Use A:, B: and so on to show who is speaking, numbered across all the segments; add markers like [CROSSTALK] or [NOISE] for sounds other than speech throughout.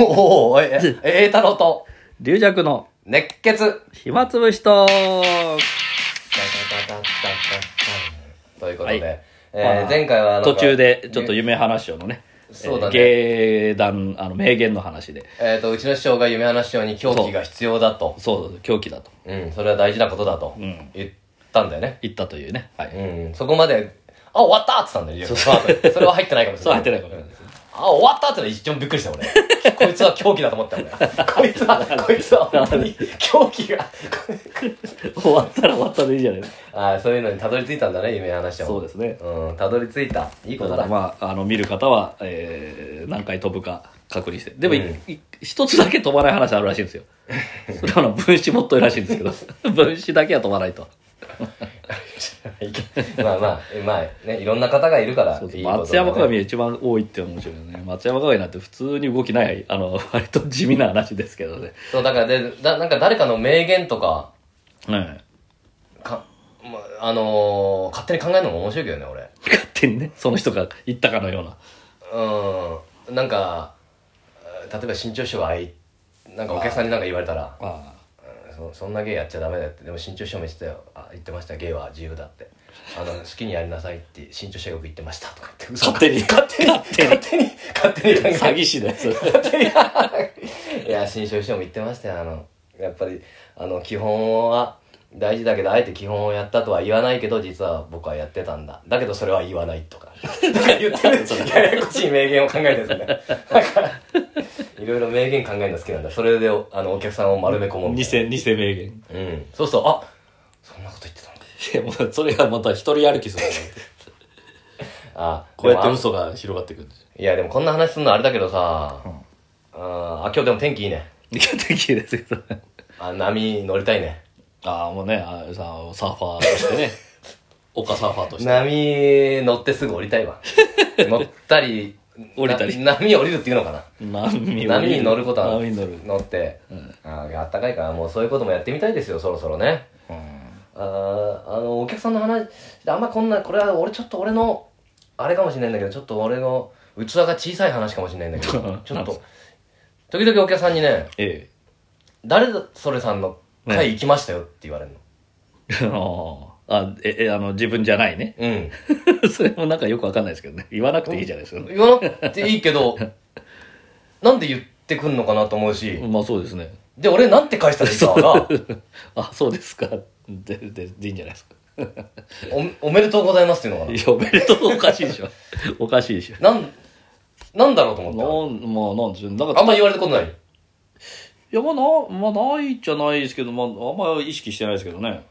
A: おお、え
B: ず、
A: え、え、太郎と、
B: 龍尺の
A: 熱血。
B: 暇つぶしと
A: ということ
B: は
A: で、えー前回はなんか
B: 途中でちょっと夢話をのね
A: そうだね
B: えー芸談あの名言の話で
A: えっと、うちの師匠が夢話師匠に狂気が必要だと。
B: そう狂気だと
A: うん、それは大事なことだと
B: ん
A: 言ったんだよね。
B: 言ったというねはい
A: うん、そこまで、あ、終わったって言ったんだよ、その後にそれは入ってないかもしれない。
B: そう入ってないかもしれない
A: うんあ、終わったってのは一番びっくりした、俺。こいつは狂気だと思った、俺。こいつは、こいつは本当に狂気が。
B: 終わったら終わったでいいじゃない
A: あーそういうのにたどり着いたんだね、夢話は。
B: そうですね
A: うん、たどり着いた。いいこ
B: だ
A: とだ。
B: からまああの見る方は、えー何回飛ぶか確認してでもい
A: うん
B: い一つだけ飛ばない話あるらしいん
A: [LAUGHS]
B: ですよそれはあの分子持っといらしいんですけど分子だけは飛ばないと
A: [LAUGHS] まあまあ、えまあ、ね、いろんな方がいるから、いいことだね
B: 松山鏡が一番多いって面白いよね松山鏡なんて普通に動きないあの割と地味な話ですけどね、
A: そう、だからで、だなんか誰かの名言とか、
B: うん、
A: か、まあ、あのー勝手に考えるのも面白いけどね、俺。
B: 勝手にねその人が言ったかのような
A: うんなんかえー例えば新潮師匠があいなんかお客さんになんか言われたら
B: あ
A: うんそそんな芸やっちゃダメだよってでも新潮師匠も言ってたよあ言ってました芸は自由だってあの好きにやりなさいって新潮師匠がよく言ってましたとか言って
B: 勝手に
A: 勝手に勝手に勝手に
B: あ
A: 考え
B: 詐欺師です
A: いや新潮師匠も言ってましたよあのやっぱりあの基本は大事だけどあえて基本をやったとは言わないけど実は僕はやってたんだだけどそれは言わないとかとか言ってるややこしい名言を考えてるんですね [LAUGHS] なんかいろいろ名言考えるの好きなんだそれでおあのお客さんを丸め込もうみたい
B: 偽偽名言
A: なうんそうするとあそんなこと言ってたの
B: いやもうそれがまた一人歩きする
A: あ
B: こうやって
A: でもあ
B: 嘘が広がっていくんですよ
A: いやでもこんな話するのあれだけどさ、あーあ今日でも天気いいね
B: いや敵ですけどね
A: あ波乗りたいね
B: ああもうねあさサーファーとしてね岡サーファーとして
A: 波乗ってすぐ降りたい
B: [LAUGHS]
A: わ乗ったり
B: 降りたり
A: な波降りるっていうのかな
B: 波に
A: 波に乗ることは
B: 波に乗る、
A: 乗って、あーあったかいからもうそういうこともやってみたいですよそろそろねあーあのお客さんの話あんまこんなこれは俺ちょっと俺のあれかもしれないんだけどちょっと俺の器が小さい話かもしれないんだけ
B: [LAUGHS]
A: どちょっと時々お客さんにね
B: え
A: 「誰それさんの会行きましたよ」って言われるの、
B: えあのあええあの自分じゃないね
A: うん
B: それもなんかよくわかんないですけどね言わなくていいじゃないですか、ね
A: 言わなくていいけどなんで言ってくんのかなと思うし、
B: まあそうですね
A: で俺なんて返したらいいかが
B: [LAUGHS] あそうですかでででいいんじゃないですか
A: おおめでとうございますっていうのか
B: いやおめでとうおかしいで [LAUGHS] しょおかしいでしょ
A: ななんなんだろうと思っ
B: なんまあなんでしょうねなん
A: たあ
B: か
A: んま言われたことない
B: いやまあな,、まあ、ないじゃないですけど、まあ、あんま意識してないですけどね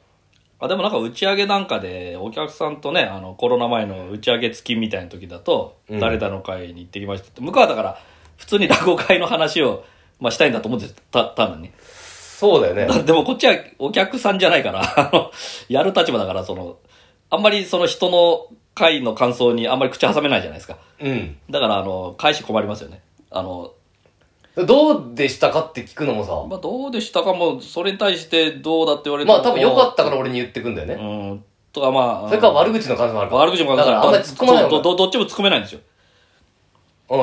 B: あでもなんか打ち上げなんかでお客さんとねあのコロナ前の打ち上げ付きみたいな時だと、
A: うん
B: 誰だの会に行ってきましたって向こうはだから普通に落語会の話を、まあ、したいんだと思ってたたのに
A: そうだよね
B: [LAUGHS] だでもこっちはお客さんじゃないから、 [LAUGHS] あの、やる立場だから、その、あんまりその人の会の感想にあんまり口挟めないじゃないですか。
A: うん
B: だから、あの、返し困りますよね。あの、
A: どうでしたかって聞くのもさ
B: まあ、どうでしたかも、それに対してどうだって言われて
A: ま
B: も。
A: あ多分良かったからら俺に言ってくんだよね
B: うん。とか、まあ。
A: それから悪口の感想もあるから
B: 悪口も考え
A: だ
B: た
A: からあんまり突っ込まない
B: そう
A: 方が
B: どどどっちも突っ込めないんですよ。
A: う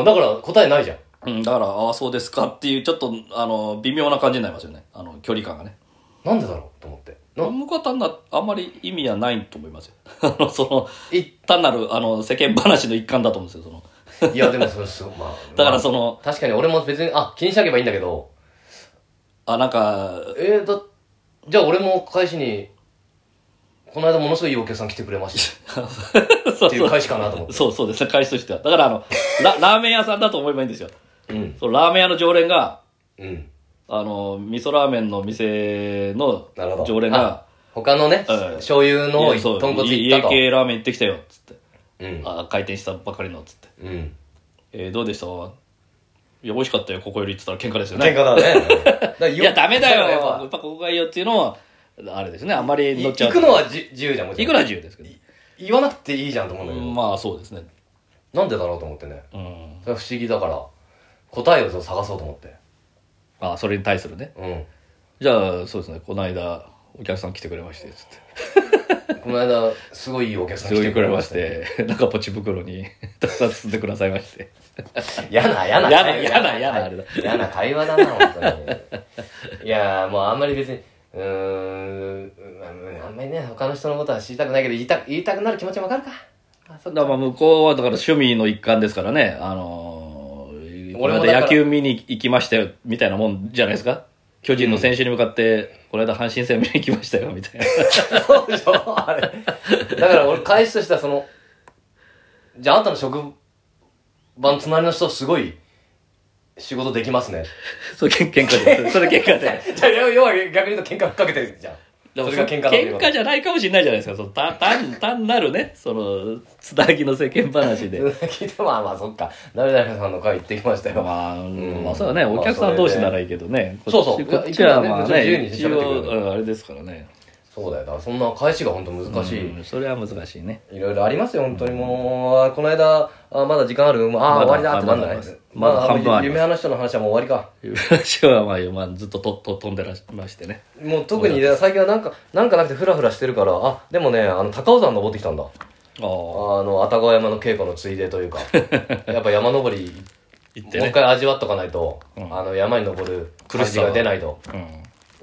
A: んだから答えないじゃん
B: うん、だから、ああ、そうですかっていう、ちょっと、あの、微妙な感じになりますよね。あの、距離感がね。
A: なんでだろうと思ってな
B: 向こうは単なる、あんまり意味はないと思いますよ。 [LAUGHS] あの、その、
A: い
B: 単なるあの世間話の一環だと思うんですよその
A: いやでもそれすごいまあ
B: [LAUGHS] だから
A: ま
B: その
A: あ確かに俺も別にあ気にしなければいいんだけど
B: あなんか
A: えー、だじゃあ俺も返しにこの間ものすごいいいお客さん来てくれました
B: [LAUGHS]
A: っていう返しかなと思って
B: そうそうですね返しとしてはだからあのララーメン屋さんだと思えばいいんですよ
A: うん
B: そうラーメン屋の常連が
A: うん
B: あの味噌ラーメンの店の
A: なるほど
B: 常連
A: あ
B: が
A: 他のね、
B: うん
A: 醤油
B: い
A: の
B: やそう
A: 豚骨い
B: 家
A: ったと
B: 系ラーメン行ってきたよっつって
A: うん
B: あ開店したばかりのっつって、
A: うん
B: えーどうでしたいや美味しかったよここよりっつったら喧嘩ですよね
A: 喧嘩だ
B: [LAUGHS]
A: ねだから
B: いやダメだよ
A: やっ
B: や
A: ぱ
B: っぱここがいいよっていうのはあれですねあんまり乗っちゃ
A: 行
B: う
A: くのはじ自由じゃんもちろん
B: 行くのは自由ですけど
A: 言わなくていいじゃんと思うんだけど、
B: まあそうですね
A: なんでだろうと思ってね
B: うん
A: それは不思議だから答えを探そうと思って
B: あそれに対するね
A: うん
B: じゃあそうですねこの間お客さん来てくれましてつって
A: この間すごいいいお客さん
B: すごいくれまして、 [LAUGHS] なんかポチ袋にたくさん包んでくださいまして。
A: [LAUGHS] 嫌な嫌な
B: 嫌な嫌な嫌なあれだ
A: 嫌な会話だな本当にいやーもうあんまり別にうーんあんまりね他の人のことは知りたくないけど言いた言いたくなる気持ちもわかるかあそっか
B: だからまあ向こうはだから趣味の一環ですからね、あのー、こ
A: 俺
B: の
A: もだから
B: 間野球見に行きましたよ、みたいなもんじゃないですか。巨人の選手に向かって、この間阪神戦見に行きましたよ、みたいな。
A: そうでしょあれ。だから俺、返しとしてはその、じゃああんたの職場の隣の人すごい仕事できますね。
B: [LAUGHS] それけん喧嘩で。 [LAUGHS] それ喧嘩で。
A: [LAUGHS] じゃあ要要は逆に言うと喧嘩かけてるじゃん。
B: で
A: そ
B: も
A: れが喧嘩だという
B: 喧
A: こ
B: 嘩じゃないかもしれないじゃないですか。そのた単単なるね、その、つなぎの世間話で。
A: と。聞いてまあまあそっか。誰々さんの会行ってきましたよ。
B: まあ、
A: ん
B: まあ、そうだね、お客さん同士ならいいけどね。
A: まあそれで
B: こっちこっちはまあ
A: そうそういや
B: ね、
A: 一
B: 一
A: 応ね
B: 応、うんあれですからね。
A: そうだよ。だからそんな返しが本当難しい。
B: うんそれは難しいね。
A: いろいろありますよ、本当にもう、この間、あまだ時間ある、うんあ
B: ま
A: あ、
B: だ
A: 終わりだってなんない
B: まだまだあります。まだ半分あります
A: 夢話の人の話はもう終わりか。
B: 私はまあ、まあ、ずっととと飛んでらっしゃいましてね。
A: もう特にね最近はなんかなんかなくてフラフラしてるからあでもねあの高尾山登ってきたんだ
B: ああ、
A: あ
B: 行
A: の愛宕山の稽古のついでという
B: [LAUGHS]
A: かやっぱ山登り
B: って
A: もう一
B: ね。
A: 回味わっとかないと、
B: うん
A: あの山に登る
B: 苦
A: 苦
B: し
A: し
B: さは
A: が出ないと
B: うん。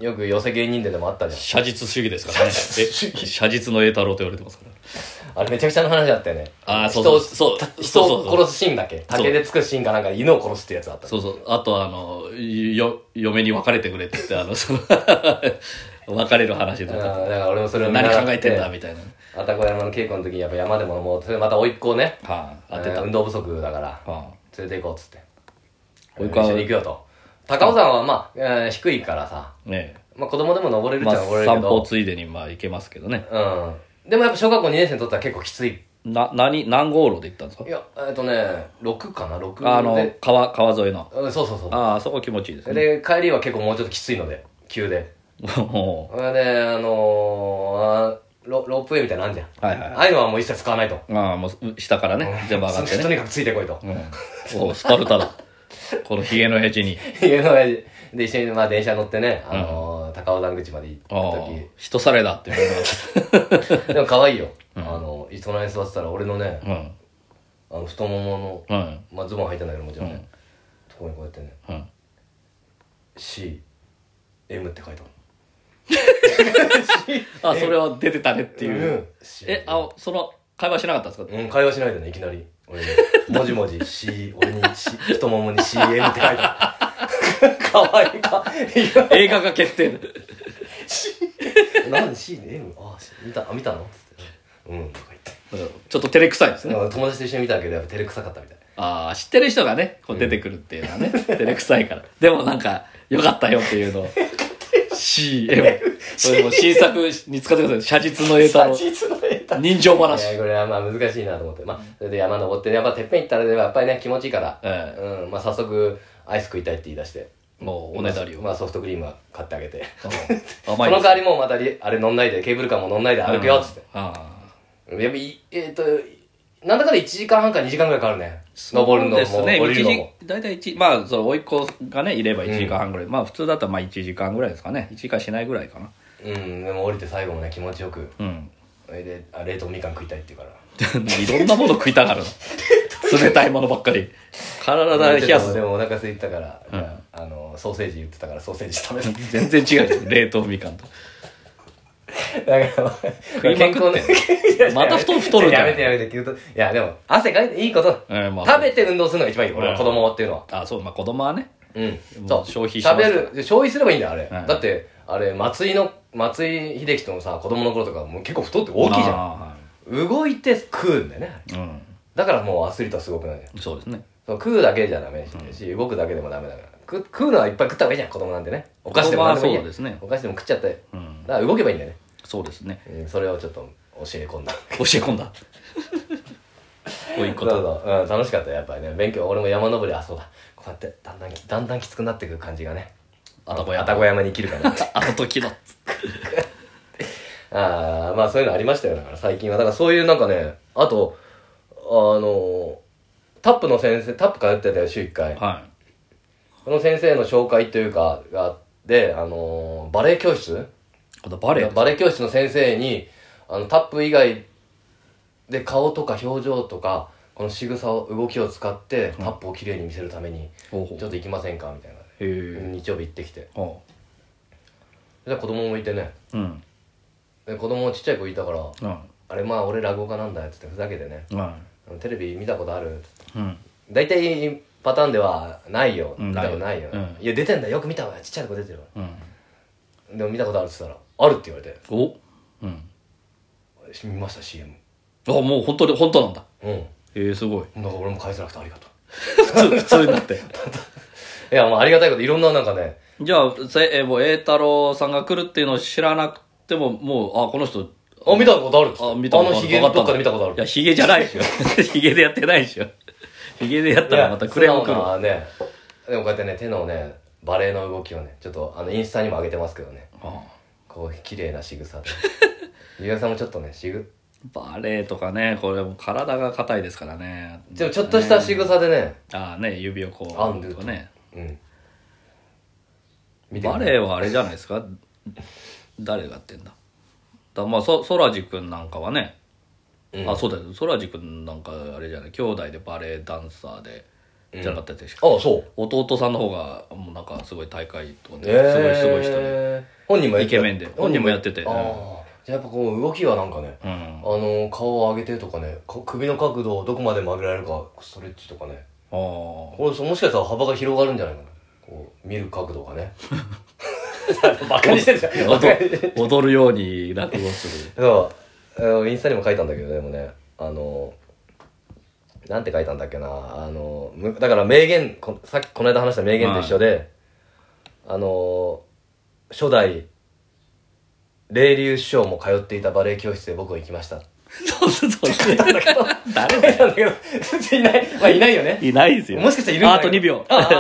A: よく寄せ芸人ででもあったじゃん
B: 写実主義ですからね。え写実の栄太郎と言われてますから。 [LAUGHS]
A: あれめちゃくちゃの話だったよね
B: あーそうそ
A: 人
B: う
A: を
B: そうそう
A: 人
B: そう
A: を
B: そう
A: 殺すシーンだっけ
B: そう
A: 竹でつくシーンかなんか犬を殺すってやつだった
B: そうそう。あと、あの、よ、嫁に別れてくれって言って、あの、その、 [LAUGHS] 別れる話と
A: うんだ
B: か。
A: から俺もそれを見習
B: 何
A: って
B: 考えてんだみたいな。
A: 愛宕山の稽古の時にやっぱ山でももうそれまた甥いっ子をね
B: はあ、当て
A: え
B: た。
A: ー運動不足だから
B: は
A: 連れて行こうっつって
B: お
A: 一
B: いくは
A: 緒に行くよと高尾山はまあ、えー低いからさ、
B: あ、ね
A: まあ、子供でも登れ
B: え。
A: るっ
B: ま
A: ち
B: あ
A: ゃ登、れるけ
B: 散
A: ど
B: 歩、ついでに、まあ、行けますけどね。
A: うんでもやっぱ小学校2年生にとっては結構きついい
B: な、何、何号路で行ったんですか
A: やえっ、とね6かな6で
B: あの、川、川沿いの。
A: うん、そうそうそ
B: ああ、そこ気持ちいいです
A: う
B: ね。
A: で帰りは結構もうちょっときついので急で
B: も
A: それであのー、ロロープウェイみたいなのあんじゃん
B: う、はいはい。
A: ああいうのはもう一切使わないと
B: まあ、もう、下からね、全部上がっ
A: [LAUGHS]
B: て
A: と
B: ね。
A: にかくついてこいと
B: うん。おうスパルタだ。 [LAUGHS] このヒゲのヘチに。
A: [LAUGHS] いうのがで一緒にまあ電車乗ってね、あのー高尾山口まで行った
B: ああ
A: 時、
B: 人されだってい
A: [LAUGHS]
B: う
A: でも可愛いよ、あのいつの間に座ってたら俺のね
B: のが。
A: あの太ももの、
B: うん。うん。
A: まあ、ズボン履いてんだけどもちろんね、
B: うん
A: ところにこうやってね
B: うん。
A: CM って書いて
B: あ、それは出てたねって
A: ある
B: いう。
A: ん C
B: え、あ、その、会話しなかったんですか
A: うん会話しないでねいきなり [LAUGHS] 俺に「もじもじ C 俺に C 太ももに CM [LAUGHS] って書いてあるかわいいかいや
B: 映画が決定。
A: [LAUGHS] なんで C で M? あ C 見たあ見たの?」っつって「うん」とか言って
B: ちょっと照れくさいですね。
A: なんか友達と一緒に見たけどやっぱ照れくさかったみたい
B: ああ、知ってる人がね、こう出てくるっていうのはね、照れくさいから。でもなんか、よかったよっ
A: [LAUGHS]
B: ていうのを。CM。それも新作に使ってください。写実の映太郎。
A: 実のネタ
B: 人情
A: いや
B: 話。
A: これはまあ難しいなと思って、まあ、それで山登ってねやっぱてっぺん行ったらねやっぱりね気持ちいいから、
B: え
A: うんまあ、早速アイス食いたいって言い出して
B: もう、おねだりを。
A: まあ、ソフトクリームは買ってあげて [LAUGHS]
B: うん
A: そ
B: 甘い
A: の
B: です
A: 代わりもうまたりあれ乗んないでケーブルカーも乗んないで歩くよっつって、
B: ああ。
A: やっぱいえっ、となんだかで1時間半か2時間ぐらいかかるね登るのも
B: そうですね、
A: 降りるの
B: 一
A: も
B: 時大体一まあ、その、甥いっ子がね、いれば1時間半ぐらい。まあ、普通だったらまあ1時間ぐらいですかね。1時間しないぐらいかな。
A: うんでも降りて最後もね気持ちよく
B: うん。
A: それであ冷凍みかん食いたいって言うから
B: いろんなもの食い
A: [LAUGHS]
B: たがるの。冷たいものばっかり。体冷やす
A: で。もお腹空いてたから、じゃああのソーセージ言ってたからソーセージ食べた
B: 全然違うよ冷凍みかんと。
A: だから、
B: 食いまくって
A: 健康の
B: また太太るじゃん
A: やめてやめて、急騰いや、でも、汗かいていいこと。
B: うんまあ
A: 食べて運動するのが一番いいよ、俺
B: う
A: は
B: ん
A: 子供っていうのは。
B: あ、そう、まあ子供はね。
A: うん
B: も。う
A: そう。
B: 消費します
A: 食べる、消費すればいいんだよ、あれ。
B: うん
A: だって、あれ、松井の、松井秀喜とのさ、子供の頃とか、もう結構太って大きいじゃ
B: あ
A: ん。動いて食うんだよね、あれ
B: ーはい
A: だからもうアスリートはすごくないよ
B: うん。そうですね。
A: その食うだけじゃダメだし、動くだけでもダメだから。食食うのはいっぱい食った方がいいじゃん、子供なんてね。お菓子でも何でもいいや
B: 子供はそうですね
A: お菓子でも食っちゃって。
B: うん。
A: だから動けばいいんだよね。
B: そうですね。
A: うんそれをちょっと教え込んだ。
B: 教え込ん [LAUGHS] だ。こういうこ
A: そう
B: と。
A: そう、うん、楽しかったよやっぱりね勉強俺も山登りあそうだこうやってだんだんきだんだんきつくなってくる感じがね
B: あたこや
A: 愛
B: [LAUGHS]
A: 宕山に生きるかな
B: あの時の。
A: [LAUGHS] ああまあそういうのありましたよだから最近はだからそういうなんかねあとあのタップの先生タップ通ってたよ週1回
B: は
A: この先生の紹介というかがあってあのバレエ教室
B: い。あとバレエ。
A: バレエ教室の先生にあのタップ以外で顔とか表情とかこの仕草を動きを使ってタップをきれいに見せるために、
B: ほうほう
A: ちょっと行きませんかみたいな
B: へえ
A: 日曜日行ってきて
B: あ
A: で子供もいてね
B: うん
A: で子供ちっちゃい子いたから「
B: うん
A: あれまあ俺落語家なんだよ」っつってふざけてね
B: う
A: 「
B: ん
A: テレビ見たことある?」
B: うん
A: 大体パターンではないよ
B: うん
A: 見たことないよ、
B: ないようん
A: いや出てんだよよく見たわよちっちゃい子出てるわ
B: うん
A: でも見たことあるって言ったら「ある」って言われて
B: おうん
A: 「見ました CM
B: あもう本当に本当なんだ
A: うん
B: ええすごい
A: なんか俺も返せなくてありがと
B: [LAUGHS] 普通普通になって
A: ういやもうありがたいこといろんななんかね
B: じゃあせえもう栄太郎さんが来るっていうのを知らなくてももうあこの人
A: あ見たことあるっつって
B: あ見たことある
A: あのひげ
B: わ
A: ど
B: かった
A: っかで見たことある
B: いやヒゲじゃないでしょ [LAUGHS] ヒゲでやってないでしょヒゲでやったらまたクレーム来
A: いや素
B: るわ
A: 直なねでもこうやってね手のねバレエの動きをねちょっとあのインスタにも上げてますけどね
B: あ
A: こう綺麗な仕草
B: [LAUGHS]
A: でゆうやさんもちょっとねしぐ
B: バレエとかねこれもう体が硬いですからね
A: でもちょっとした仕草でね
B: ああね指をこう
A: あんでる
B: とかね
A: うん見て
B: バレエはあれじゃないですか誰がやってんだだまあそそらじくんなんかはね、
A: うん
B: あそうだよそらじくんなんかあれじゃない兄弟でバレエダンサーで、じゃなかったでしょ
A: あそう
B: 弟さんの方がもうなんかすごい大会とかね、すご
A: え
B: い
A: ー
B: すごい人で
A: 本人もやってた
B: イケメンで本人もやってて
A: ああじゃあやっぱこう動きはなんかね、
B: う
A: あ
B: ん
A: の顔を上げてとかねこ首の角度をどこまで曲げられるかストレッチとかね
B: あー
A: これそうもしかしたら幅が広がるんじゃないかなこう見る角度がね [LAUGHS] バカにしてるじゃんバカに
B: 踊踊るように落語する
A: そうあのインスタにも書いたんだけどでもねあのなんて書いたんだっけなあのむだから名言こさっきこの間話した名言と一緒で、あの初代霊流師匠も通っていたバレエ教室へ僕は行きました
B: そうそう [LAUGHS] そう誰
A: なんだけど全然いないまあいないよね [LAUGHS]
B: いないですよ
A: もしかしたらいるんだ
B: あと2秒
A: ああ